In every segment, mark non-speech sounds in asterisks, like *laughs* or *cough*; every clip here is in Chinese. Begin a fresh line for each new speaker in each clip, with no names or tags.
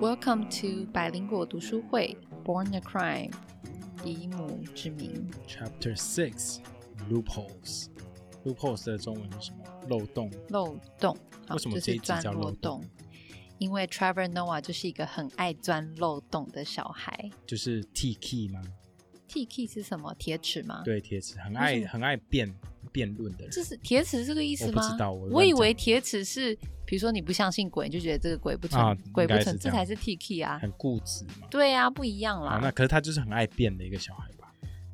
Welcome to 百灵果读书会，Born a Crime，以母之名。
Chapter Six Loopholes Loopholes 的中文是什么？漏洞。
漏洞。好
为什么
就
这
是
一集
钻
叫
漏
漏洞？
因为 Trevor Noah 就是一个很爱钻漏洞的小孩。
就是 T key 吗？
T K 是什么？铁齿吗？，
对，铁齿很
啊为
爱
什么
很爱辩辩论的人。
这是铁齿这个意思
我
吗？
不知道我乱
以
讲
为铁齿是，比如说你不相信鬼，你就觉得这个鬼不存，
啊
鬼
应
不
该
存，
是这样
才是 T K 啊。
很固执嘛。
对啊，不一样
啊，
啦。
那可是他就是很爱辩的一个小孩吧，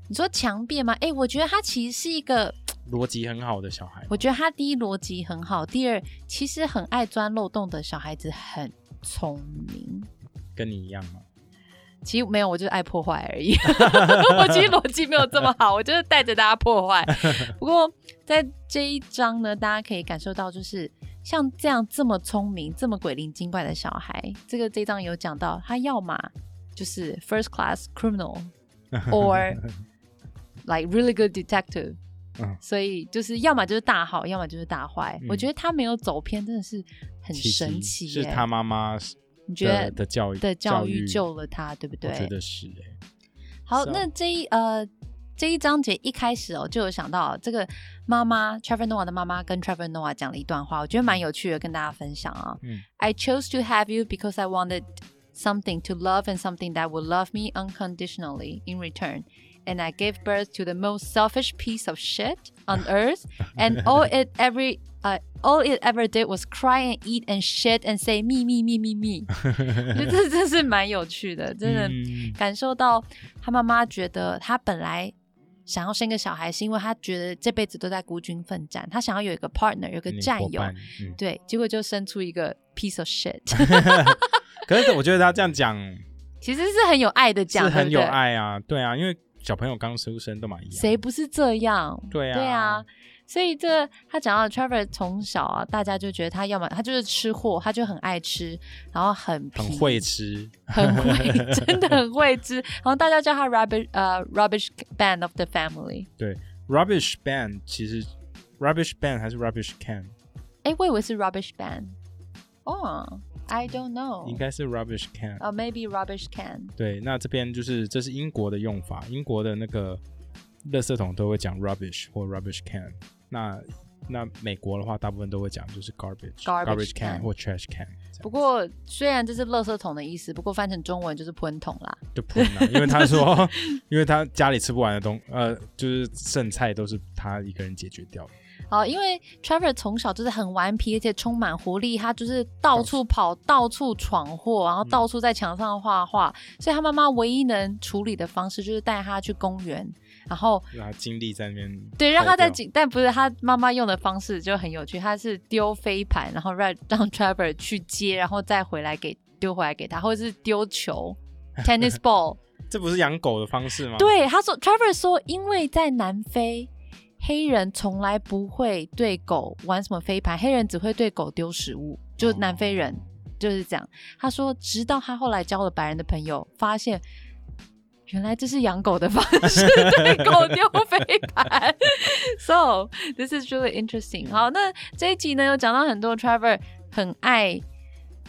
你说强辩吗？哎、我觉得他其实是一个
逻辑很好的小孩。
我觉得他第一逻辑很好，第二其实很爱钻漏洞的小孩子很聪明。
跟你一样吗？
其实没有，我就是爱破坏而已。我其实逻辑没有这么好，我就是带着大家破坏。不过在这一章呢，大家可以感受到，就是像这样这么聪明、这么鬼灵精怪的小孩，这个这一章有讲到，他要么就是 first class criminal，or
*laughs*
like really good detective，
嗯
所以就是要么就是大好，要么就是大坏。
嗯
我觉得他没有走偏，真的是
*laughs*
很
奇迹
神奇耶、
是他妈妈
你觉
的
得
的教育
的教
育
育救了他，对不对？
我觉得是哎，
好，
So-
那这一呃这一章节一开始哦，就有想到这个妈妈 Trevor Noah 的妈妈跟 Trevor Noah 讲了一段话，我觉得蛮有趣的，跟大家分享啊、
嗯
I chose to have you because I wanted something to love and something that would love me unconditionally in return. And I gave birth to the most selfish piece of shit
*laughs*
on earth. And all it every uh, all it ever did was cry and eat and shit and say me me me me
*laughs*
me. *laughs* 我觉得这这是蛮有趣的， *laughs* 真的。
嗯
感受到他妈妈觉得他本来想要生个小孩，是因为他觉得这辈子都在孤军奋战，他想要有一个 partner，有一个
你
战
嗯伙
友，
伴嗯
对，结果就生出一个 piece of shit，
*laughs* 可是我觉得他这样讲
其实是很有爱的讲，
是很有
对不对，
爱啊，对啊，因为小朋友刚出生都嘛一样，
谁不是这样？
对啊，
对啊，所以这他讲到 Trevor 从小啊，大家就觉得他要么他就是吃货，他就很爱吃，然后很皮
很会吃，
很
*laughs*
会，真的很会吃，然后大家叫他 rubbish 呃 rubbish band of the family。
对，rubbish band 其实 rubbish band 还是 rubbish can，、
哎，我以为是 rubbish band。哦、i don't know，
应该是 rubbish can。
呃、m a y b e rubbish can。
对，那这边就是这是英国的用法，英国的那个垃圾桶都会讲 rubbish 或 rubbish can。那那美国的话，大部分都会讲就是 garbage、
Garbage
can
can
或 trash can 这样。
不过虽然这是垃圾桶的意思，不过翻成中文就是喷桶啦。
就喷了，因为他说， *laughs* 因为他家里吃不完的东，呃，就是剩菜都是他一个人解决掉的。
好，因为 Trevor 从小就是很顽皮，而且充满活力，他就是到处跑，到处闯祸，然后到处在墙上画画，所以他妈妈唯一能处理的方式就是带他去公园，然后
让他精力在那边
对，让他在
耗掉
警，但不是他妈妈用的方式就很有趣，他是丢飞盘，然后让让 Trevor 去接，然后再回来给丢回来给他，或者是丢球 tennis ball。
这不是养狗的方式吗？，
对，他说 Trevor 说，因为在南非，黑人从来不会对狗玩什么飞盘，黑人只会对狗丢食物，就南非人就是这样。他说，直到他后来交了白人的朋友，发现。原来这是养狗的方式，对狗丢飞盘。So *laughs* this is really interesting. 好，那这一集呢有讲到很多 Trevor 很爱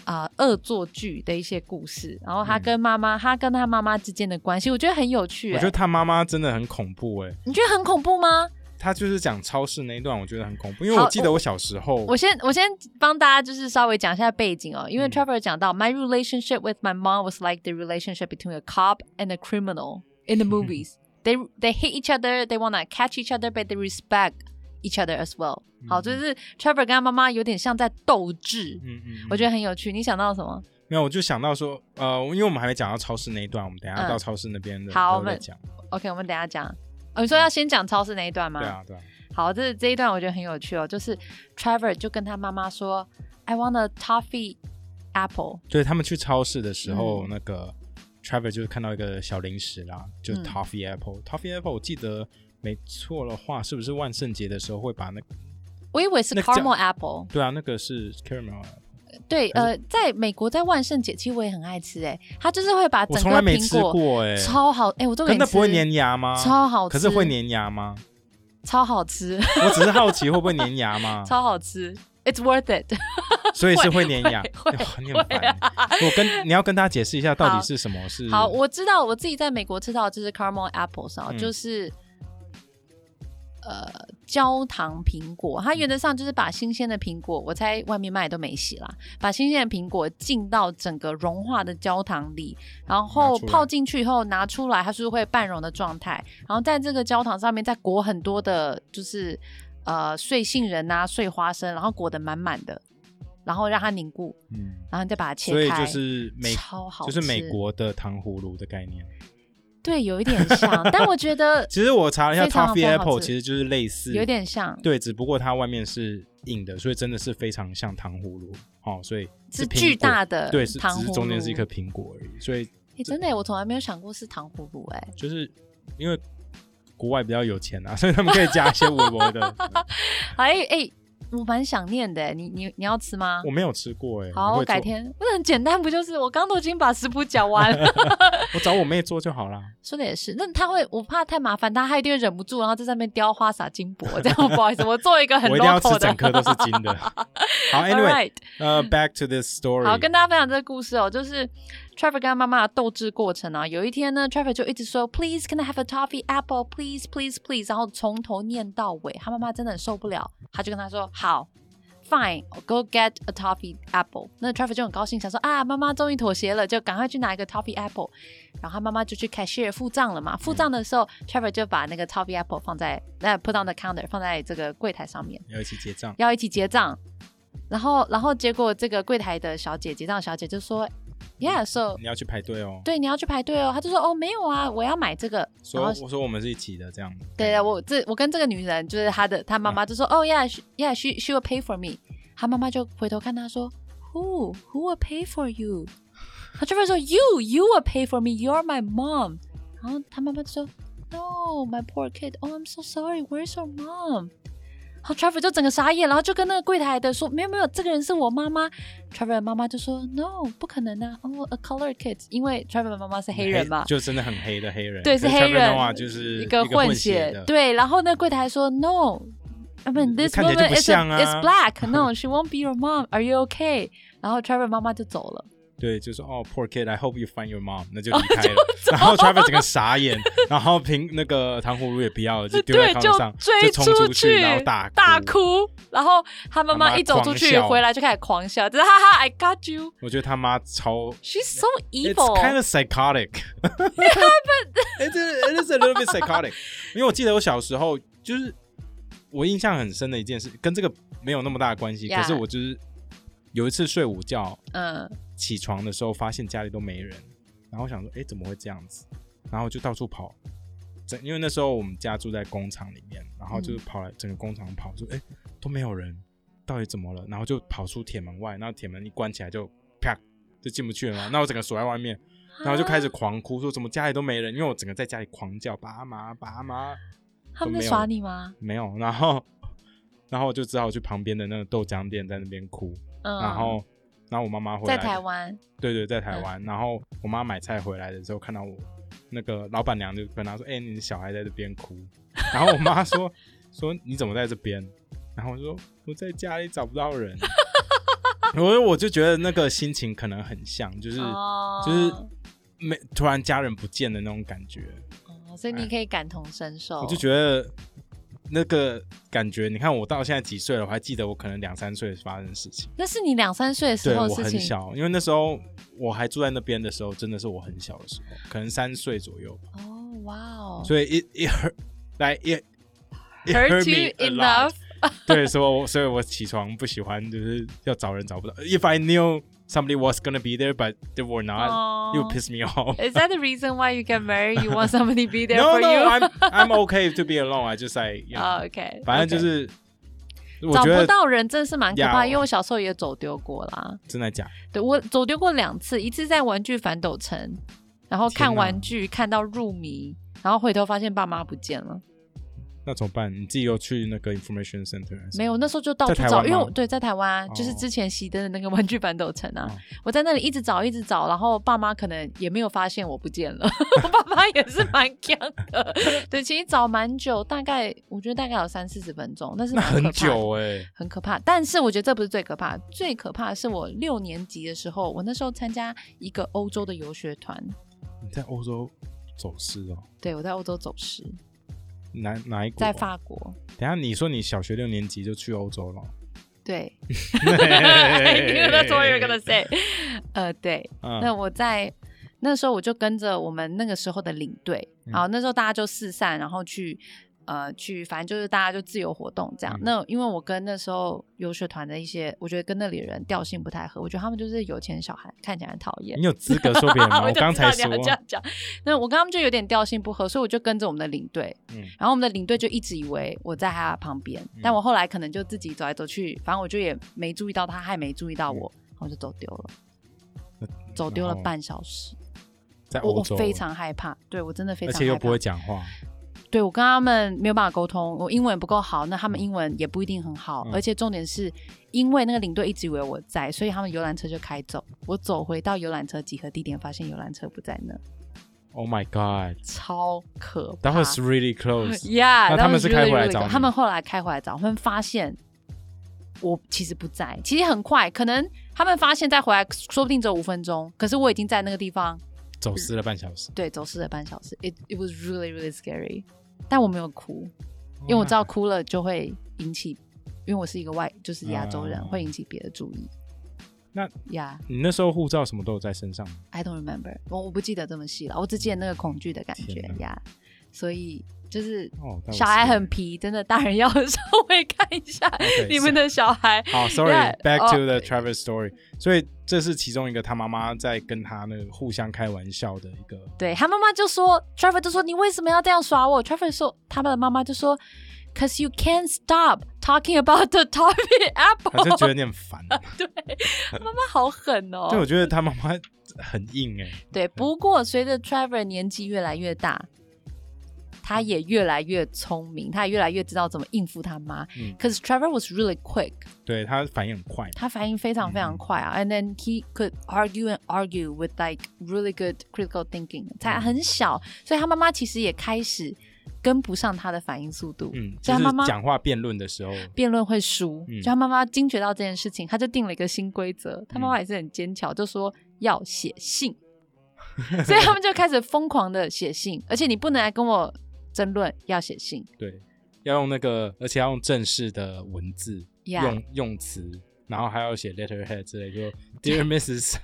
啊、恶作剧的一些故事，然后他
嗯
跟妈妈，他跟他妈妈之间的关系，我觉得很有趣、
我
欸。
觉得他妈妈真的很恐怖哎、
你觉得很恐怖吗？
他就是讲超市那一段，我觉得很恐怖，因为
好
我记得我小时候，
我先我先帮大家就是稍微讲一下背景哦，因为
嗯
Trevor 讲到、My relationship with my mom was like the relationship between a cop and a criminal in
*laughs*
the movies. they they hate each other, they wanna catch each other, but they respect each other as well. 好，就是 Trevor 跟他妈妈有点像在斗智，
嗯嗯，
我觉
得
得很有趣。你想到什么？
没有，我就想到说，呃，因为我们还没讲到超市那一段，我们等一下
嗯
到超市那边的、
好我
再
们嗯
讲，
OK，我们等一下讲。哦，你说要先讲超市那一段吗？
对啊对啊，
好，这这一段我觉得很有趣哦，就是 Trevor 就跟他妈妈说，I want a toffee apple。
对他们去超市的时
嗯
候，那个 Trevor 就是看到一个小零食啦，就是
嗯
Toffee Apple，Toffee、Apple 我记得没错的话，是不是万圣节的时候会把那个
我以为是
那个叫
caramel apple。
对啊，那个是 caramel，啊
对，呃，在美国在万圣节其实我也很爱吃，哎，他就是会把
我
整
从
个
来没吃
苹果
过哎、
超好，哎，我都给
真
你
的
吃
不会粘牙吗？
超好吃，
可是会粘牙吗？
超好吃， *laughs*
我只是好奇会不会粘牙嘛？
超好吃，It's worth it。
所以是会粘牙，哎
会会
哇你
会
很烦。欸
*laughs*
我跟你要跟大家解释一下，到底是什么是
好，我知道我自己在美国吃到的就是 caramel apples 啊，
嗯
就是呃焦糖苹果，
嗯
它原则上就是把新鲜的苹果，我猜外面卖都没洗啦，把新鲜的苹果浸到整个融化的焦糖里，然后
拿出来
泡进去以后拿出来，它是会半溶的状态，然后在这个焦糖上面再裹很多的，就是呃碎杏仁啊、碎花生，然后裹得满满的，然后让它凝固，
嗯，
然后你再把它切
所以
开，
就是美
超好
就
吃，
是美国的糖葫芦的概念。
对，有一点像，但我觉得
其实我查了一下
非常好
，Toffee
好
Apple
吃
其实就是类似，
有点像，
对，只不过它外面是硬的，所以真的是非常像糖葫芦哦，所以
是
苹
巨
果
大的
对，是
糖
只是
葫
中间是一
芦
颗苹果而已，所以
哎、真的耶，我从来没有想过是糖葫芦，哎，
就是因为国外比较有钱啊，所以他们可以加一些微博的。
*laughs* 哎哎，我蛮想念的耶，你你你要吃吗
我？没有吃过哎、你
好，
会
我改
做，
天，那很简单，不就是我刚都已经把食谱讲完
*laughs*
了，
我找我妹做就好啦。
说的也是，那他会，我怕太麻烦，他他一定会忍不住，然后在上面雕花洒金箔，这样不好意思，我做一个很
我一定要吃
local 的
整，颗
*laughs*
都是金的。好
All
，Anyway，
right
呃、b a c k to this story。
好，跟大家分享这个故事哦，就是 Trevor 跟他妈妈的斗智过程啊。有一天呢，Trevor 就一直说 “Please, can I have a toffee apple? Please, please, please”，然后从头念到尾。他妈妈真的很受不了，他就跟他说：“好，Fine, I'll go get a toffee apple。”那 Trevor 就很高兴，想说：“啊，妈妈终于妥协了，就赶快去拿一个 toffee apple。”然后他妈妈就去 cashier 付账了嘛。付账的时候、t r e v o r 就把那个 toffee apple 放在那、put on the counter，放在这个柜台上面。
要一起结账。
要一起结账，然后然后结果这个柜台的小姐结账小姐就说，Yeah, so
你要去排队哦。
对你要去排队哦，她就说哦没有啊，我要买这个，然
说
后
我说我们是一起的这样。
对对，我这我跟这个女人就是她的她妈妈就说、哦 Yeah, she, Yeah, she she will pay for me，她妈妈就回头看她说 Who who will pay for you？她就会说 You you will pay for me, you're my mom，然后她妈妈就说 No, my poor kid. Oh, I'm so sorry. Where's your mom? 然后 Trevor 就整个傻眼，然后就跟那个柜台的说：“没有没有，这个人是我妈妈。”Trevor 的妈妈就说：“No，不可能啊！哦、a color kid，因为 Trevor 的妈妈是黑人嘛，
就真的很黑的黑人。
对，是
可是
黑
Trevor
人
Noah 就是
一
个
个
混
血
的。
对，然后那柜台还说 “No”，啊不
嗯
，This
看起来就
woman
不
is
像啊
is
*laughs*
black. No, she won't be your mom. Are you okay? 然后 Trevor 妈妈就走了。
对，就说哦，poor kid，I hope you find your mom，那就
哦
离开了。然后 Trevor 整个傻眼，然后平那个糖葫芦也不要了，就丢
对，
在炕
就
上，
追
就冲出
去，
然后大
大
哭。
哭。然后他妈
妈
妈
妈
一走出
狂
去，
笑
回来就开始狂笑，就是哈哈，I got you.
我觉得他妈超
She's so
It's
evil.
kind of psychotic. It is- it is a little bit psychotic. 因为我记得我小时候就是我印象很深的一件事，跟这个没有那么大的关系。
Yeah.
可是我就是有一次睡午觉
嗯，
起床的时候，发现家里都没人，然后想说，哎，怎么会这样子？然后就到处跑，整因为那时候我们家住在工厂里面，然后就是跑来整个工厂跑，说，哎，都没有人，到底怎么了？然后就跑出铁门外，然后铁门一关起来就啪就进不去了嘛。那我整个锁在外面。然后就
啊
开始狂哭，说怎么家里都没人，因为我整个在家里狂叫爸妈爸妈，
他们
都
在
没有
耍你吗？
没有，然后然后我就只好去旁边的那个豆浆店在那边哭，
嗯，
然后然后我妈妈回来
在台，湾，嗯
对对，在台湾，然后我妈买菜回来的时候看到我，那个老板娘就跟她说，哎、你的小孩在这边哭，然后我妈说 *laughs* 说你怎么在这边，然后我说我在家里找不到
*laughs*
人，我我就觉得那个心情可能很像，就是、
哦
就是没突然家人不见的那种感觉，
哦，所以你可以感同身受。
哎我就觉得那个感觉，你看我到现在几岁了，我还记得我可能两三岁发生的事情，
那是你两三岁的时
对
候
我
的事
很
情。
小，因为那时候我还住在那边的时候，真的是我很小的时候，可能三岁左右吧，
哦，哇哦
所以 it it hurt like it it
，Hurt
hurt
you
me a lot
enough？
*laughs* 对，所以我所以我起床不喜欢就是要找人找不到，if I knew somebody was gonna be there but they were not，
哦
it would piss me off。
Is that the reason why you get married? You
*laughs*
want somebody be there
No,
for *laughs*
no,
you? Uh, Oh,
I'm I'm okay to be alone. I just like, you know,
o OK，
反正就是我
找不
觉得啊
到人真的是蛮可怕的，
Yeah
因为我小时候也走丢过啦。
真的假，
对我走丢过两次，一次在玩具反斗城，然后看
天哪
玩具看到入迷，然后回头发现爸妈不见了。
那怎么办？你自己又去那个 information center 还是
没有，那时候就到
在
处
台
找，
湾
因为
吗
我对在台湾啊、
哦
就是之前熄灯的那个玩具反斗城啊，
哦
我在那里一直找，一直找，然后爸妈可能也没有发现我不见了，我爸妈也是蛮强的， *laughs* 对，其实找蛮久，大概我觉得大概有三四十分钟，但是
那
蛮可
很
怕的
久哎、
很可怕。但是我觉得这不是最可怕，最可怕的是我六年级的时候，我那时候参加一个欧洲的游学团，
你在欧洲走失哦，
对我在欧洲走失，
哪哪一国？
在法国。
等一下你说你小学六年级就去欧洲
*laughs*
了， *laughs* 嗯
对 I knew that's what you're gonna say。呃，对，那
嗯，
我在那时候我就跟着我们那个时候的领队，
嗯
然后那时候大家就四散，然后去呃去，反正就是大家就自由活动这样。
嗯
那因为我跟那时候游学团的一些，我觉得跟那里的人调性不太合，我觉得他们就是有钱小孩，看起来很讨厌
你。有资格说别人吗？
*laughs* 我
我
就
刚
知道
才
你
说
要，这样讲，那我跟他们就有点调性不合，所以我就跟着我们的领队，
嗯
然后我们的领队就一直以为我在他旁边，但我后来可能就自己走来走去，反正我就也没注意到他，他也没注意到
嗯
我，然后就走丢了，走丢了
然后
半小时，
在
我
欧
我
洲，
非常害怕，对我真的非
而
常害怕，
且又不会讲话，
对我跟他们没有办法沟通，我英文也不够好，那他们英文也不一定很好，
嗯
而且重点是因为那个领队一直以为我在，所以他们游览车就开走，我走回到游览车集合地点，发现游览车不在那，
Oh my god,
超可怕。
that was really close.
Yeah，
那
that
他们
was
是开
really,
回来
really
找
good
你
他们后来开回来找，他们发现我其实不在，其实很快，可能他们发现再回来，说不定只有五分钟，可是我已经在那个地方，
走失了半小时，
对，走失了半小时。It it was really really scary，但我没有哭，因为我知道哭了就会引起，因为我是一个外，就是亚洲人，
啊
会引起别的注意。
那
呀、
你那时候护照什么都有在身上吗，
yeah,，I don't remember，我我不记得这么细了，我只记得那个恐惧的感觉
天哪
呀。Yeah，所以就是
哦，that was
小孩
scary
很皮，真的，大人要稍微看一下
Okay，
你们的小孩。
好，sorry,
*laughs* Yeah,
back to
哦
the Travis story。所以这是其中一个他妈妈在跟他那个互相开玩笑的一个，
对他妈妈就说，Trevor 就说你为什么要这样耍我？Trevor 说，他们的妈妈就说，Cause you can't stop talking about the toffee *laughs* apple。
他就觉得有点烦。
对，妈妈好狠哦。
对，我觉得他妈妈很硬哎、
对，不过随着 Trevor 年纪越来越大，他也越来越聪明，他也越来越知道怎么应付他妈。
嗯
Cause Trevor was really quick，
对他反应很快。
他反应非常非
嗯
常快啊、a n d then he could argue and argue with like really good critical thinking，才很小，所以他妈妈其实也开始跟不上他的反应速度，
嗯，
所
就
以他
是
啊妈妈
讲话辩论的时候，
辩论会输，
嗯
就他妈妈惊觉到这件事情，他就定了一个新规则，他妈
嗯
妈也是很坚强，就说要写信，所以他们就开始疯狂的写信，而且你不能来跟我争论，要写信
对，要用那个，而且要用正式的文字
Yeah
用用词，然后还要写 letterhead 之类，
*laughs*
就 Dear *laughs* Mrs.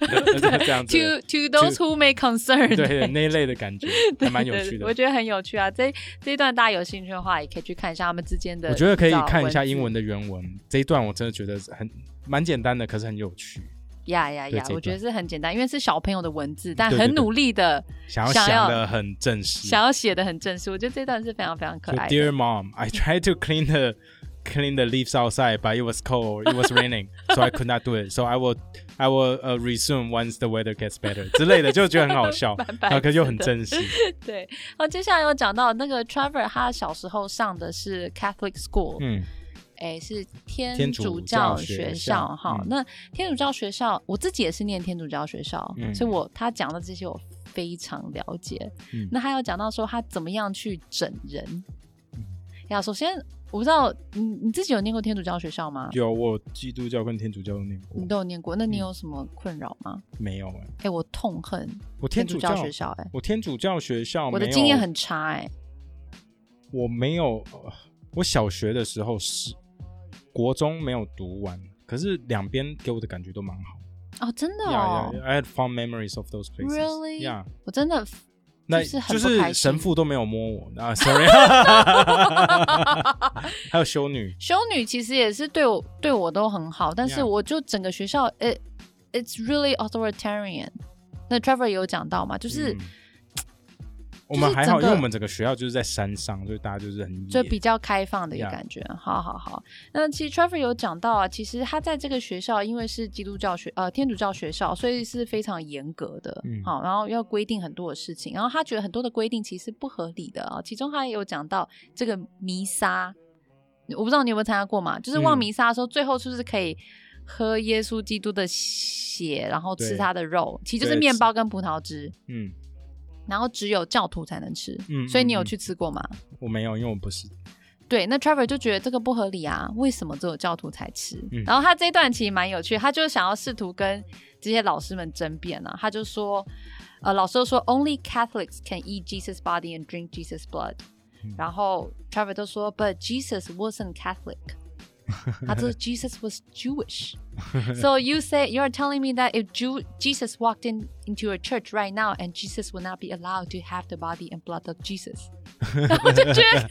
这样子
，to to those who may concern，
对对那一类的
*laughs*
感觉，还蛮有趣的
我。觉得很有趣啊。这这一段大家有兴趣的话，也可以去看一下他们之间的。
我觉得可以看一下英文。的原文，这一段我真的觉得很蛮简单的，可是很有趣，
呀呀
对
呀
这一！段
我觉得是很简单，因为是小朋友的文字，但
对对嗯
很
对
努力的
想要
想要
想的很正式。
想要写的很正式。我觉得这段是非常非常可
就
爱的。，
Dear Mom, I tried to clean the *laughs* clean the leaves outside, but it was cold, it was raining, so I could not do it. So I will I will、uh, resume once the weather gets better 之类的，就觉得很好笑
*laughs* 蛮白
然后可是又很
痴的
正式。
*laughs* 对，然后接下来有讲到那个 Trevor，他小时候上的是 Catholic School，
嗯，
哎、是天
天主
主
教
学
学校
哈、
嗯
那天主教学校，我自己也是念天主教学校，
嗯
所以我他讲的这些我非常了解。
嗯
那他有讲到说他怎么样去整人。
嗯
呀，首先我不知道你你自己有念过天主教学校吗？
有我基督教跟天主教都念过
你，都有念过，那你
嗯
有什么困扰吗？
没有哎、
哎、我痛恨
我
天
天
主
主
教学校、哎，
我天主教学校
我的
没有
经验很差、哎，
我没有，呃我小学的时候是国中没有读完，可是两边给我的感觉都蛮好。
哦，真的
Yeah,
哦
yeah, I had fond memories of those places.
Really?
Yeah.
我真的
那
就是很
就
不开心
是神父都没有摸我
*laughs*
啊，sorry，还有修女，
修女其实也是对我对我都很好，但是
Yeah.
我就整个学校，呃 it's really authoritarian。那 Trevor 也有讲到嘛，就是
嗯我们还
整
好，
个
因为我们整个学校就是在山上，所以大家就是很
就
野
比较开放的一个
Yeah
感觉。好好好，那其实 Trevor 有讲到啊，其实他在这个学校，因为是基督教学呃天主教学校，所以是非常严格的。
嗯
好，然后要规定很多的事情，然后他觉得很多的规定其实不合理的啊。其中他也有讲到这个弥撒，我不知道你有没有参加过嘛？就是望
嗯
弥撒的时候，最后是不是可以？喝耶稣基督的血，然后吃
对
他的肉，其实就是
对
面
吃
包跟葡萄汁，
嗯，
然后只有教徒才能吃。
嗯
所以你有
嗯嗯
去吃过吗？
我没有，因为我不是
对，那 Trevor 就觉得这个不合理啊，为什么只有教徒才吃？
嗯
然后他这一段其实蛮有趣，他就想要试图跟这些老师们争辩啊，他就说，呃，老师就说 Only Catholics can eat Jesus' body and drink Jesus' blood，、
嗯
然后 Trevor 就说，But Jesus wasn't
*laughs*
Catholic，他说 Jesus was Jewish。So you say you are telling me that if Jew, Jesus walked in into a church right now and Jesus would not be allowed to have the body and blood of Jesus，然后我就觉得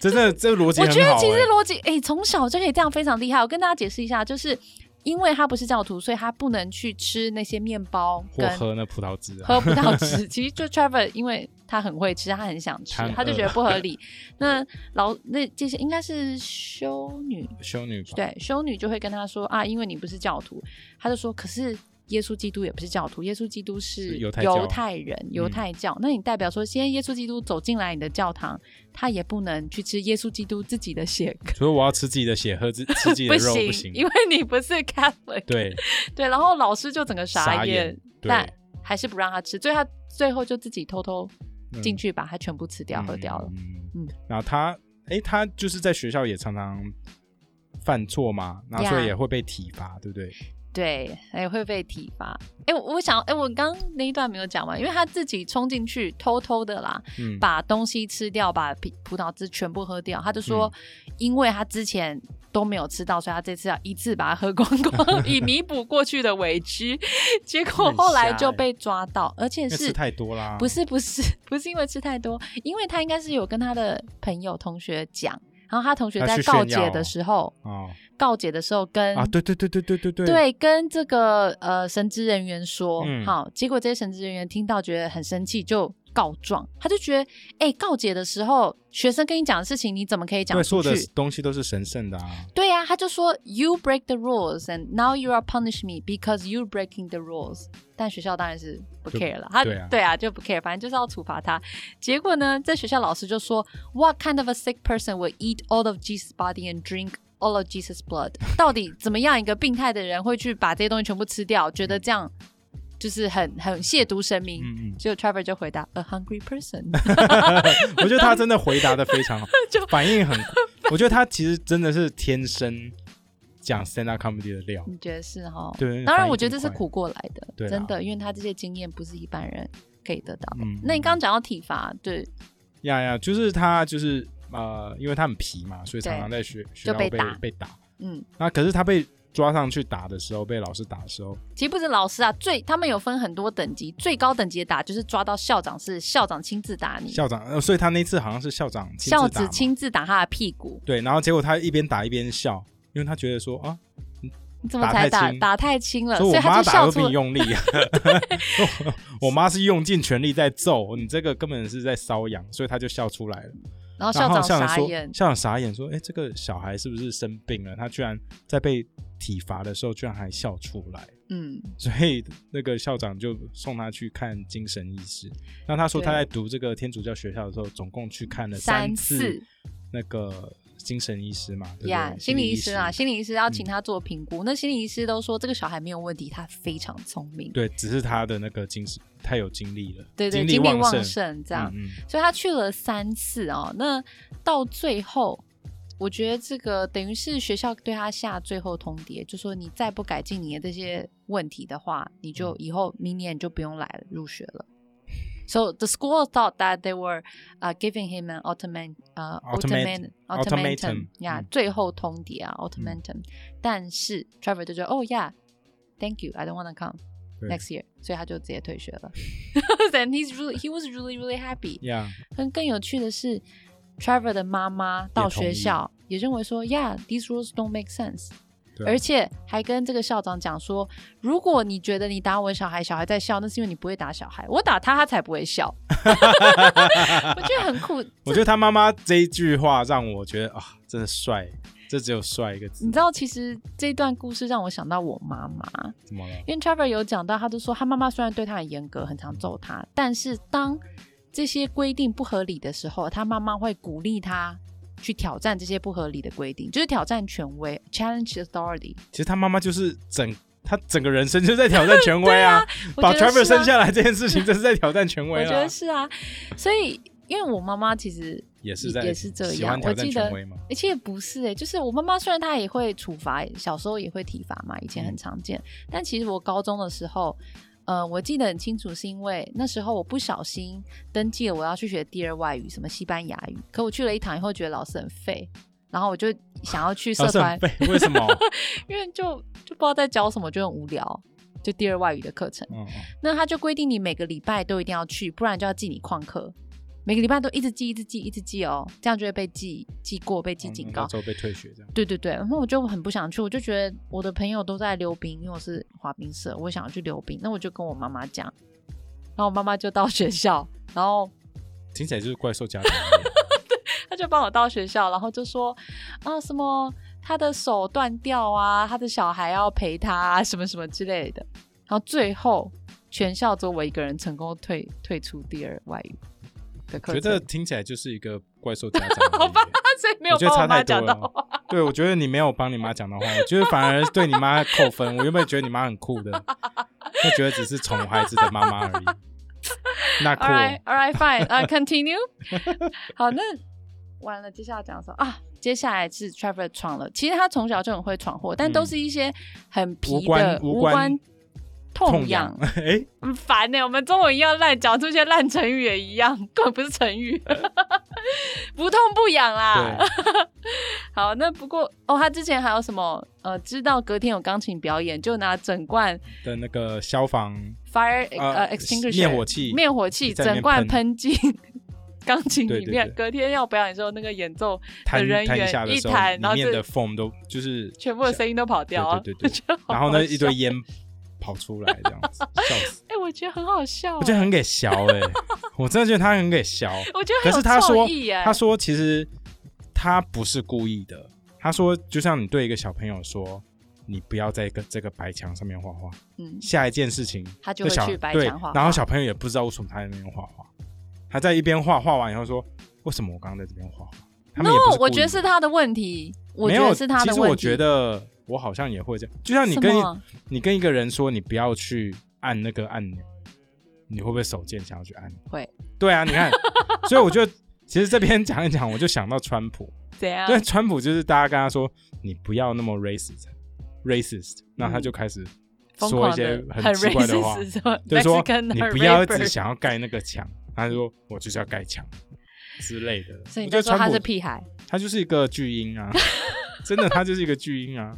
真的，这个逻辑
我
很好、
觉
欸。
得其实逻辑，哎、从小就可以这样，非常厉害。我跟大家解释一下，就是因为他不是教徒，所以他不能去吃那些面包
或
跟
喝那葡萄汁、啊，
喝葡萄汁。 *laughs* 其实就 Trevor，因为他很会吃，他很想吃
他，很
他就
饿
觉得不合
*laughs*
理。那老那这些应该是修女，
修女吧，
对，修女就会跟他说啊，因为你不是教徒，他就说可是。耶稣基督也不是教徒，耶稣基督是
是犹太教嗯
犹太人、犹太教。那你代表说，现在耶稣基督走进来你的教堂，他也不能去吃耶稣基督自己的血 *laughs*
所以我要吃自己的血，喝自吃自己的肉
行，
行。啊
因为你不是 Catholic。 *laughs*
对，
对然后老师就整个
傻
眼，
眼
但
对
还是不让他吃，所以他最后就自己偷偷进去把它全部吃掉、
嗯
喝掉了。
嗯，
嗯
嗯然后他，哎、他就是在学校也常常犯错嘛，然后所
Yeah
以也会被体罚，对不对？
对，哎，会被体罚。哎，我我想，哎，我刚刚那一段没有讲完，因为他自己冲进去偷偷的啦，
嗯，
把东西吃掉，把葡葡萄汁全部喝掉。他就说，
嗯
因为他之前都没有吃到，所以他这次要一次把它喝光
*laughs*
光，以弥补过去的委屈。结果后来就被抓到，而且
因为
是
吃欸太多啦，
不是不是不是因为吃太多，因为他应该是有跟他的朋友同学讲，然后他同学
他
在
去
告
炫耀
解的
哦
时候，
哦
告解的时候跟、
啊，对对对对对对对，
嗯对，跟这个呃神职人员说，
嗯
好，结果这些神职人员听到觉得很生气，就告状，他就觉得，哎、告解的时候学生跟你讲的事情，你怎么可以讲
对，所
出
有的
去？
东西都是神圣的啊。
对呀、他就说 You break the rules and now you are punish me because you breaking the rules。但学校当然是不
就
care 了，他
对啊
就不 care，反正就是要处罚他。结果呢，在学校老师就说 What kind of a sick person will eat all of Jesus' body and drink all of Jesus' blood？到底怎么样一个病态的人会去把这些东西全部吃掉？觉得这样就是很很亵渎神明。
嗯嗯，
结果 Trevor 就回答 A hungry person。
我觉得他真的回答的非常好
*laughs* 就，
反应很，我觉得他其实真的是天生讲 stand up comedy 的料。
你觉得是哈？
对
当然
反应
我觉得这是
很快
苦过来的，
对啊
真的，因为他这些经验不是一般人可以得到的。
嗯
那你刚刚讲到体罚，对，
呀呀，就是他就是呃，因为他很皮嘛，所以常常在学学校
被
被
打
被打。
嗯，
那可是他被抓上去打的时候，被老师打的时候，
其实不止老师啊，最他们有分很多等级，最高等级的打就是抓到校长是校长亲自打你，
校长，呃、所以他那次好像是校长亲
校
自打
子
嘛，
亲自打他的屁股，
对，然后结果他一边打一边笑，因为他觉得说啊，
你怎么
打
才
太
打
轻
打太轻了，
说
所以
我
他
妈
就
打
笑
都
出
比你
*laughs*
用力， *laughs* 我我妈是用尽全力在揍你，这个根本是在瘙痒，所以他就笑出来了。
然后哦校
然后
长
校长
傻
说， *laughs*
眼，
校长傻眼说，哎，这个小孩是不是生病了？他居然在被体罚的时候，居然还笑出来。
嗯，
所以那个校长就送他去看精神医师。那他说
对
他在读这个天主教学校的时候，总共去看了
三
次
次
那个精神医师嘛，对不
呀
对？
心理医师啊，
心
心理医师要请他做评估，那心理医师都说这个小孩没有问题，他非常聪明，
对，只是他的那个精神太有精力了，
对对，
力
精力
旺
旺盛这样。
嗯
所以他去了三次哦。那到最后，我觉得这个等于是学校对他下最后通牒，就说你再不改进你的这些问题的话，你就以后明年你就不用来了，入学了。So the school thought that they were uh, giving him an ultimate uh, ultimate ultimatum,
Ultimate- ultimatum，
yeah，、
Mm. 嗯
最后通牒啊 ultimatum、但是 Trevor 就觉得，哦、yeah，thank you，I don't wanna come
对
next year，所以他就直接退学
*laughs*
了。And he's really he was really really happy，
嗯，呀，
更更有趣的是，Trevor 的妈妈到学校也认为说，Yeah, these rules don't make sense。
对啊
而且还跟这个校长讲说，如果你觉得你打我小孩，小孩在笑，那是因为你不会打小孩，我打他他才不会笑。 *laughs* 我觉得很酷，
我觉得他妈妈这一句话让我觉得啊，真的帅，这只有帅一个字
你，知道，其实这段故事让我想到我妈妈，
怎么了？
因为 Trevor 有讲到，他就说他妈妈虽然对他很严格，很常揍他，但是当这些规定不合理的时候，他妈妈会鼓励他去挑战这些不合理的规定，就是挑战权威 （challenge authority）。
其实他妈妈就是整他整个人生就是
*laughs*
在挑战权威啊，
我
把
觉得
Trevor
是啊
生下来这件事情，真是在挑战权
我
威
觉
啊
得，是啊，所以因为我妈妈其实
也是在
也是这样
喜欢挑战
我记得
权威嘛。
而且不是哎、就是我妈妈虽然她也会处罚，小时候也会体罚嘛，以前
嗯
很常见。但其实我高中的时候，呃，我记得很清楚，是因为那时候我不小心登记了我要去学第二外语，什么西班牙语。可我去了一堂以后，觉得老师很废，然后我就想要去社
老师
团
很，废，啊 *laughs* 为什么？
*laughs* 因为就就不知道在教什么，就很无聊。就第二外语的课程，
嗯，嗯
那他就规定你每个礼拜都一定要去，不然就要记你旷课。每个礼拜都一直记，一直记，一直记哦，这样就会被记记过，被记警
嗯
告
到。时候被退学这
*laughs*
样。
对对对，然后我就很不想去，我就觉得我的朋友都在溜冰，因为我是滑冰社，我想要去溜冰，那我就跟我妈妈讲，然后我妈妈就到学校，然后
听起来就是怪兽家长，
她就帮我到学校，然后就说啊什么她的手断掉啊，她的小孩要陪她、啊、什么什么之类的，然后最后全校只有我一个人成功退退出第二外语的课
觉
程，
得听起来就是一个怪兽家
*laughs*
长。好吧，
所以没
我
有
觉
帮
得差
我妈
太多
讲到
了。哦对，我觉得你没有帮你妈讲的话，我觉得反而对你妈扣分。我原本觉得你妈很
*laughs*
酷的，就觉得只是宠孩子的妈妈而已。那
All right,
啊酷，哦
all right, fine.
*laughs*
I continue. *laughs* 好，那完了，接下来讲什么啊？接下来是 Trevor 闯了。其实他从小就很会闯祸，但都是一些很
嗯
皮
无
的、
关
无
无
关
关
痛
痒
痒。。
*laughs* 哎，
*laughs* 很烦欸呢、我们中文一样烂，讲出一些烂成语也一样， *laughs* 根本不是成语， *laughs* 不痛不痒啦。
对，
*laughs* 好，那不过哦，他之前还有什么呃，知道隔天有钢琴表演，就拿整罐
的那个消防
fire
呃
呃 extinguisher
灭火器
灭火器
在里面
整罐
喷
喷进钢琴
对
里
对
面。
对
隔天要表演的时候，那个演奏
弹
人
弹一
员
下的
一
时候，
弹然
里
后
面
这
的缝都就是
全部的声音都跑掉啊，
对
*laughs*
对对
觉得好
然后
好
呢一堆
笑，
烟跑出来这样子，笑死！
哎、我觉得很好笑、
我觉得很给削哎、我真的觉得他很
*laughs*
给削。
我觉得很
可是
有
他说
创意哎、，
他说其实他不是故意的。他说，就像你对一个小朋友说，你不要在一个这个白墙上面画画，
嗯，
下一件事情
他就
这
会
小
去白
对
墙画画，
然后小朋友也不知道为什么他在那边画画，他在一边画画完以后说，为什么我刚刚在这边画画？他们
no，
也不是故
哦我
意
觉得
的
是他的问题，我
没
觉
有，
得是他的问题。嗯
其实我觉得我好像也会这样，就像你跟
什么
你跟一个人说你不要去按那个按钮，你会不会手贱想要去按？
会。
对啊，
*laughs*
你看，所以我就其实这边讲一讲，我就想到川普，
怎样
因？为川普就是大家跟他说你不要那么 racist，racist，那他就开始
嗯疯
说一
狂
些
的
很奇怪的话，
racist，什么
就是说
Mexican
你不要一
rapper
直想要盖那个墙，他就说我就是要盖墙之类的。
所以
我
你
觉
在
得
说
川
他
普
是屁孩。
他就是一个巨
*laughs*
婴啊，真的，他就是一个巨婴啊。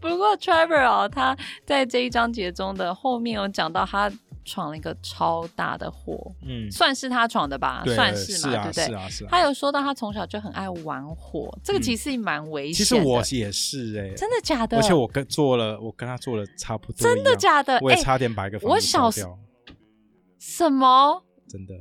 不过 Trevor 哦，他在这一章节中的后面有讲到他闯了一个超大的祸，
嗯，
算是他闯的吧，
对，
算
是
嘛，
啊，
对不
是
对？
啊，是啊。
他有说到他从小就很爱玩火，这个其实蛮危
其
险的。
实我也是哎，
真的假的？
而且我跟做了，我跟他做了差不多，
真的假的？
我也
哎
差点把一个
我
房子
小
烧
时
掉，
什么？
真的。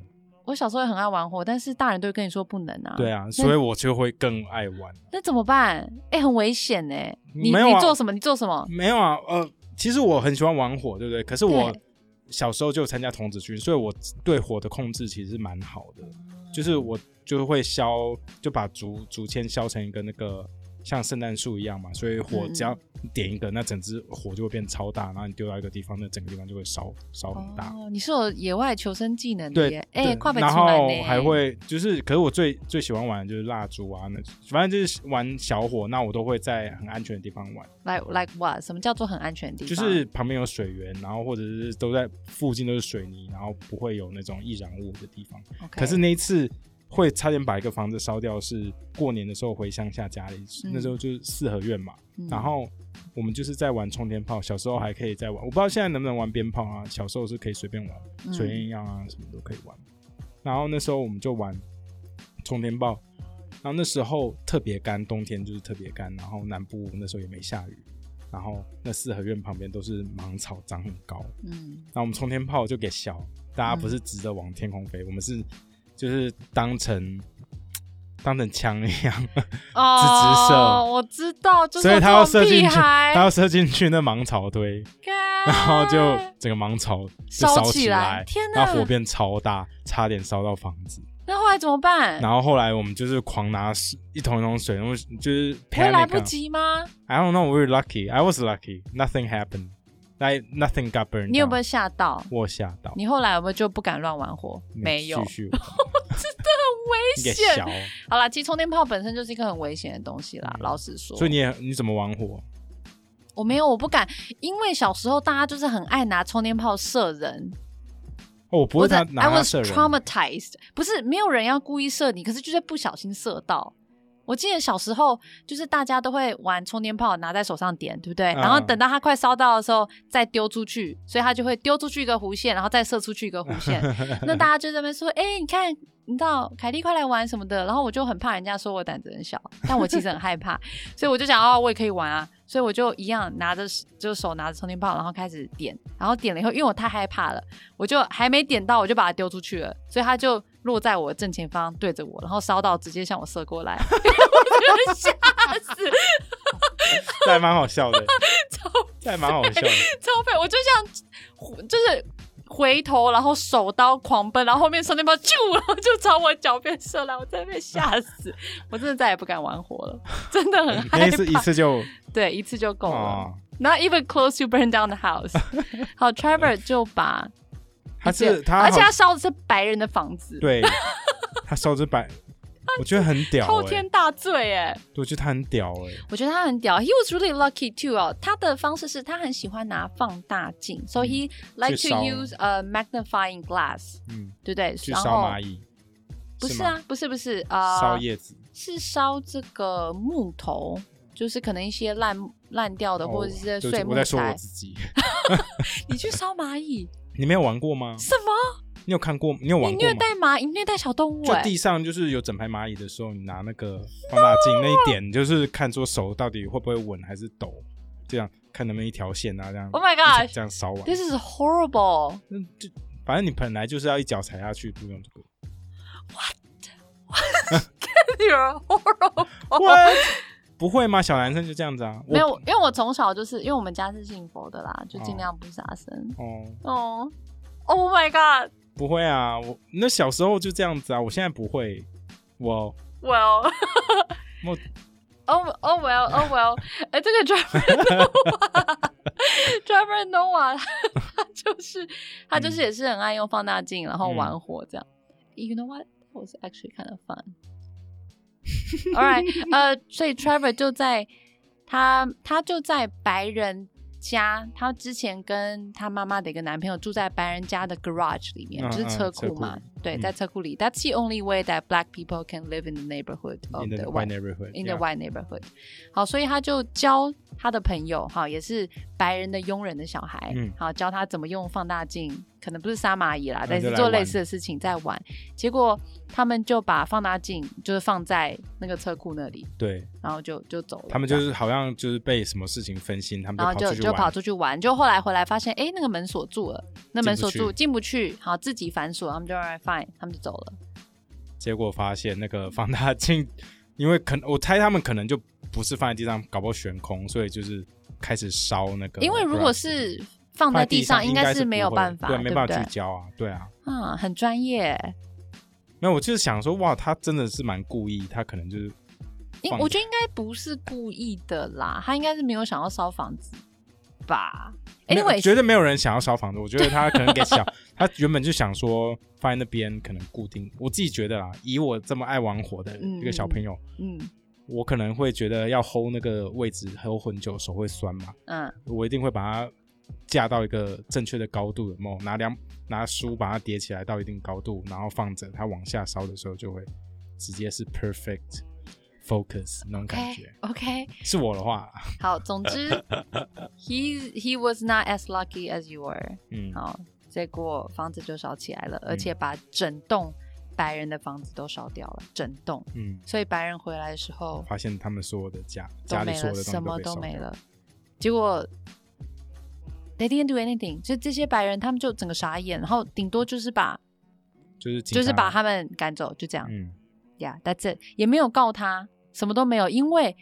我小时候也很爱玩火，但是大人都会跟你说不能啊。
对啊，所以我就会更爱玩。
那怎么办？哎、很危险哎、你
没有啊
你做什么？你做什么？
没有啊，呃，其实我很喜欢玩火，对不对？可是我
对
小时候就有参加童子军，所以我对火的控制其实是蛮好的，就是我就会削，就把竹竹签削成一个那个像圣诞树一样嘛，所以火
嗯嗯
只要点一个，那整只火就会变超大，然后你丢到一个地方，那整个地方就会烧烧很大。
哦，你是有野外求生技能的
对
耶！，哎、
对
跨北
然
出来
后
呢，
还会就是，可是我最最喜欢玩的就是蜡烛啊，那反正就是玩小火，那我都会在很安全的地方玩。
like like what？什么叫做很安全的地
就
方？
是旁边有水源，然后或者是都在附近都是水泥，然后不会有那种易燃物的地方。
OK，
可是那一次会差点把一个房子烧掉，是过年的时候回乡下家里，
嗯
那时候就是四合院嘛，
嗯
然后。我们就是在玩冲天炮，小时候还可以在玩，我不知道现在能不能玩鞭炮啊。小时候是可以随便玩，
嗯
随便一样啊，什么都可以玩。然后那时候我们就玩冲天炮，然后那时候特别干，冬天就是特别干，然后南部那时候也没下雨，然后那四合院旁边都是芒草长很高，
嗯，
那我们冲天炮就给削，大家不是直着往天空飞，我们是就是当成当成枪一样，直射
哦，我知道，就是
所以他要射进
屁
去，他
孩，
要射进去那芒草堆，
干
然后就整个芒草就
啊烧
烧
起来
来，
天哪
然后火变超大，差点烧到房子。
那后来怎么办？
然后后来我们就是狂拿水一桶一桶水，然后就是
不会
panic
来不
啊
及吗？
I don't know, we were lucky. I was lucky. Nothing happened. Like nothing got burned.
你有没有吓到？
down. 我吓到？
你后来有没有就不敢乱玩火？没有，
继
*laughs*
续
危
你给
险
小。，
好啦，其实充电炮本身就是一个很危险的东西啦。
嗯
老实说，
所以你也你怎么玩火？
我没有，我不敢，因为小时候大家就是很爱拿充电炮射人。
哦，我不会
我
拿
真的
拿
I
它
was
射人。
traumatized，不是没有人要故意射你，可是就是不小心射到。我记得小时候就是大家都会玩充电炮，拿在手上点，对不对？
嗯
然后等到它快烧到的时候再丢出去，所以它就会丢出去一个弧线，然后再射出去一个弧线。那大家就在那边说：“哎、你看，你知道凯莉快来玩什么的。”然后我就很怕人家说我胆子很小，但我其实很害怕，所以我就想哦，我也可以玩啊，所以我就一样拿着就手拿着充电炮，然后开始点，然后点了以后，因为我太害怕了，我就还没点到，我就把它丢出去了，所以它就落在我正前方，对着我，然后烧到直接向我射过来，我真的吓死，
这还蛮好
*laughs*
笑的，
超
这还蛮好
*laughs*
笑的。
超费，我就像就是。回头，然后手刀狂奔，然后后面充电炮啾，然后就朝我脚边射来，我真的被吓死，我真的再也不敢玩火了，真的很害
那
怕。
一次一次就
对，一次就够了。
哦，
Not even close to burn down the
*laughs*
house 好。Trevor 就把，
他是他好，
而且他烧的是白人的房子，， *laughs*
对，他烧纸板，我觉得很屌
滔
欸
天大罪哎！
我觉得他很屌哎，
我觉得他很屌，He was really lucky too 哦。他的方式是他很喜欢拿放大镜，so he like
去
to
烧
use a magnifying glass，
嗯，
对不对？
去
然
烧
后
蚂蚁，
不是
吗？
啊，不是不是啊，
烧叶子，
是烧这个木头，就是可能一些烂烂掉的
哦
或者是
对不
碎
起
木
我在说我
材。
自己。
你去烧蚂蚁？
你没有玩过吗？
什么？
你有看过？你有玩
你
过
虐
吗？
待蚂蚁？你虐待小动物、
就
欸？
地上就是有整排蚂蚁的时候，你拿那个放大镜那
*laughs*
一点，你就是看说手到底会不会稳还是抖，这样看能不能一条线啊，这样。
Oh my
一
gosh
直这样烧完，
This is horrible！
那就反正你本来就是要一脚踩下去，不用这个。
*laughs* You're horrible！ *laughs*
What？不会吗？小男生就这样子啊？
哦
我
没有，因为我从小就是因为我们家是信佛的啦，就尽量不杀生。
哦，
哦、o h my God！
不会啊，我那小时候就这样子啊，我现在不会，我
Well，
*laughs* 我
oh oh well oh well，哎， *laughs* 这个 driver Noah，driver *laughs* Noah，他就是他就是
嗯
也是很爱用放大镜，然后玩火这样。You know what? That was actually kind of fun. *laughs* All right，呃，所以 Trevor 就在他他就在白人家，他之前跟他妈妈的一个男朋友住在白人家的 garage 里面，
嗯
就是
嗯
车
车
库
库
嘛，对，
嗯
在车库里。That's the only way that black people can live in the neighborhood of
in the
the
white
white
neighborhood
哦 in the
yeah
white neighborhood。好，所以他就教他的朋友，哈，也是白人的佣人的小孩，
嗯
好教他怎么用放大镜，可能不是杀蚂蚁啦，
嗯
但
就是来
做类
玩
似的事情在玩。结果他们就把放大镜就是放在那个车库那里，
对
然后就就走了。
他们
这
就
样
是好像就是被什么事情分心，他们
然后
跑
就
出去
就跑
玩。
出去玩，就后来回来发现，哎，那个门锁住了，那门
进
锁
不
住
去
进不去，好自己反锁，他们就 alright fine，他们就走了。
结果发现那个 *laughs* 放大镜，因为可能我猜他们可能就不是放在地上，搞不好悬空，所以就是开始烧那个 brush。
因为如果是放
放
在
地
地上，
应
应
该
是没有
不会
办法，
对，
对
没
不
办法
对
聚焦啊，对啊。
啊，很专业。
没有，我就是想说，哇，他真的是蛮故意，他可能就是
应
放
我觉得应该不是故意的啦，他应该是没有想要烧房子吧
没有
？Anyway，
绝对没有人想要烧房子。我觉得他可能给想， *laughs* 他原本就想说放在那边可能固定。我自己觉得啦，以我这么爱玩火的一个小朋友，
嗯
我可能会觉得要 hold 那个位置 hold 很久，手会酸嘛。
嗯，
我一定会把它架到一个正确的高度，有没有？拿两拿书把它叠起来到一定高度，然后放着，它往下烧的时候就会直接是 perfect focus 那种感觉。
*laughs* OK，
是我的话，
好，总
*laughs*
之，he he was not as lucky as you were。
嗯，
好，结果房子就烧起来了，而且把整栋白人的房子都烧掉了，整栋。
嗯，
所以白人回来的时候
发现他们所有的家
都
家里
没
所
了，
有的东西
什么
被
都
烧
没
掉
了。结果 they didn't do anything，就这些白人他们就整个傻眼，然后顶多就是把
就是警
就是
察
把他们赶走，就这样。
嗯，
Yeah, that's it，也没有告他，什么都没有，因为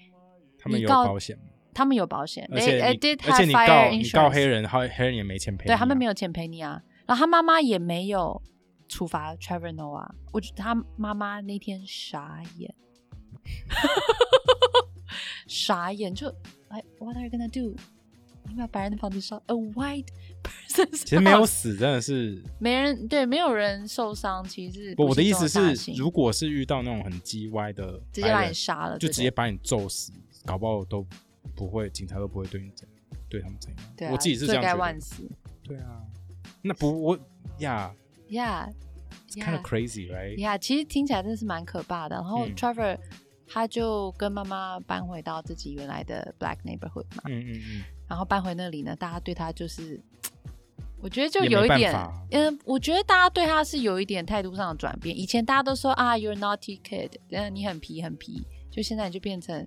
他们
你
有
告
保险吗，
他们有保险
而
，they
且
they
你
did
而且
have
你
fire
告你
insurance，
告黑人，黑黑人也没钱赔你啊，
对他们没
有
有钱赔你啊。然后他妈妈也没有处罚 Trevor Noah，我觉得他妈妈那天傻眼， *laughs* 傻眼就 like what are you gonna do？你把白人的房子烧，a white person，
*laughs* 其实没有死，真的是。
没人对，没有人受伤，其实是
不，我
不
的意
幸中
思
大
是，
幸
如果是遇到那种很叽歪的
直
白
接把
人
你杀了，对
就
不
直接
对
把你揍死，搞不好都不会，警察都不会对你怎样，对他们怎样。
对啊
我自己是这
罪
样
该
觉得
万。死
对啊，那不我呀、
，Yeah。
yeah, kind of crazy right？
呀其实听起来真的是蛮可怕的。然后
嗯
Trevor、他就跟妈妈搬回到自己原来的 Black neighborhood 嘛，
*laughs* 嗯嗯
然后搬回那里呢，大家对他就是，我觉得就
也没
有一
办
点
法，
嗯、我觉得大家对他是有一点态度上的转变。以前大家都说啊，you're naughty kid，嗯、你很皮很皮，就现在你就变成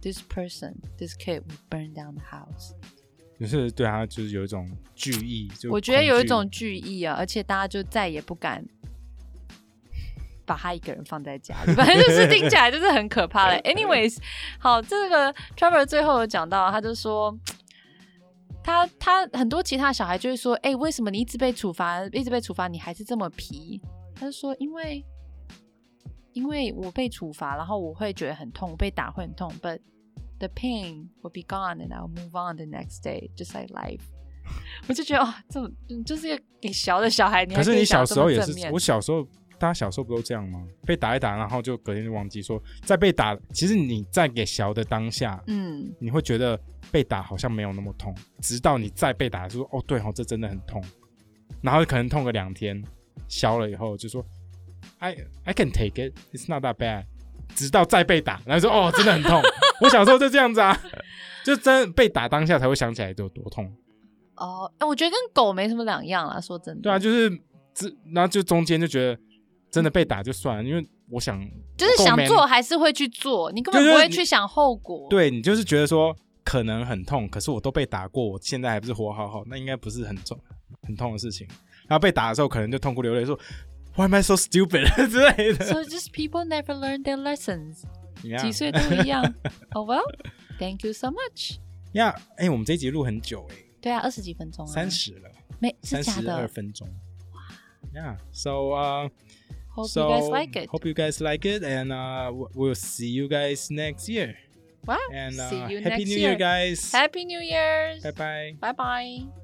this person this kid will burn down the house。
嗯，就是对他就是有一种惧意，就
我觉得有一
恐惧
种惧意啊，而且大家就再也不敢把他一个人放在家里，反正就是听起来就是很可怕
*laughs*
的。Anyways，好，这个 Trevor 最后有讲到，他就说。他他很多其他小孩就会说，哎、为什么你一直被处罚，一直被处罚，你还是这么皮？他就说，因为因为我被处罚，然后我会觉得很痛，我被打会很痛，but the pain will be gone and I'll move on the next day, just like life。我 *laughs* 就觉得哦，这种就是一个你小的小孩，你还
可是你
以
小
想
时候
这
也
么
是
正，面
我小时候。大家小时候不都这样吗？被打一打，然后就隔天就忘记说，在被打。其实你在给小的当下，
嗯，
你会觉得被打好像没有那么痛，直到你再被打，就说哦对哦，这真的很痛，然后可能痛个两天，消了以后就说 I I can take it, it's not that bad，直到再被打，然后说哦真的很痛。我小时候就这样子啊， *laughs* 就真的被打当下才会想起来有多痛。
哦，哎我觉得跟狗没什么两样啦，说真的，
对啊，就是这，然后就中间就觉得真的被打就算了，因为我想
就是
够
想
man
做还是会去做，你根本
对
不
对
会
你
去想后果，
对你就是觉得说可能很痛，可是我都被打过，我现在还不是活好好，那应该不是很痛很痛的事情。然后被打的时候，可能就痛哭流泪说 “Why am I so stupid” *laughs* 之类的。
So just people never learn their
*laughs*
lessons，
怎么样
几岁都一样。oh well，thank you so much。
呀，哎、我们这一集录很久哎、
对啊，二十几分钟啊，
三十了，
没是
三
假
十二
的。
分钟。Yeah, so uh,
Hope
so
you guys like it.
hope you guys like it, and uh, we- we'll see you guys next year.
Well,
And uh,
see you
happy
next
New
year.
Year, guys.
Happy New Year's.
bye
Bye
bye.
bye.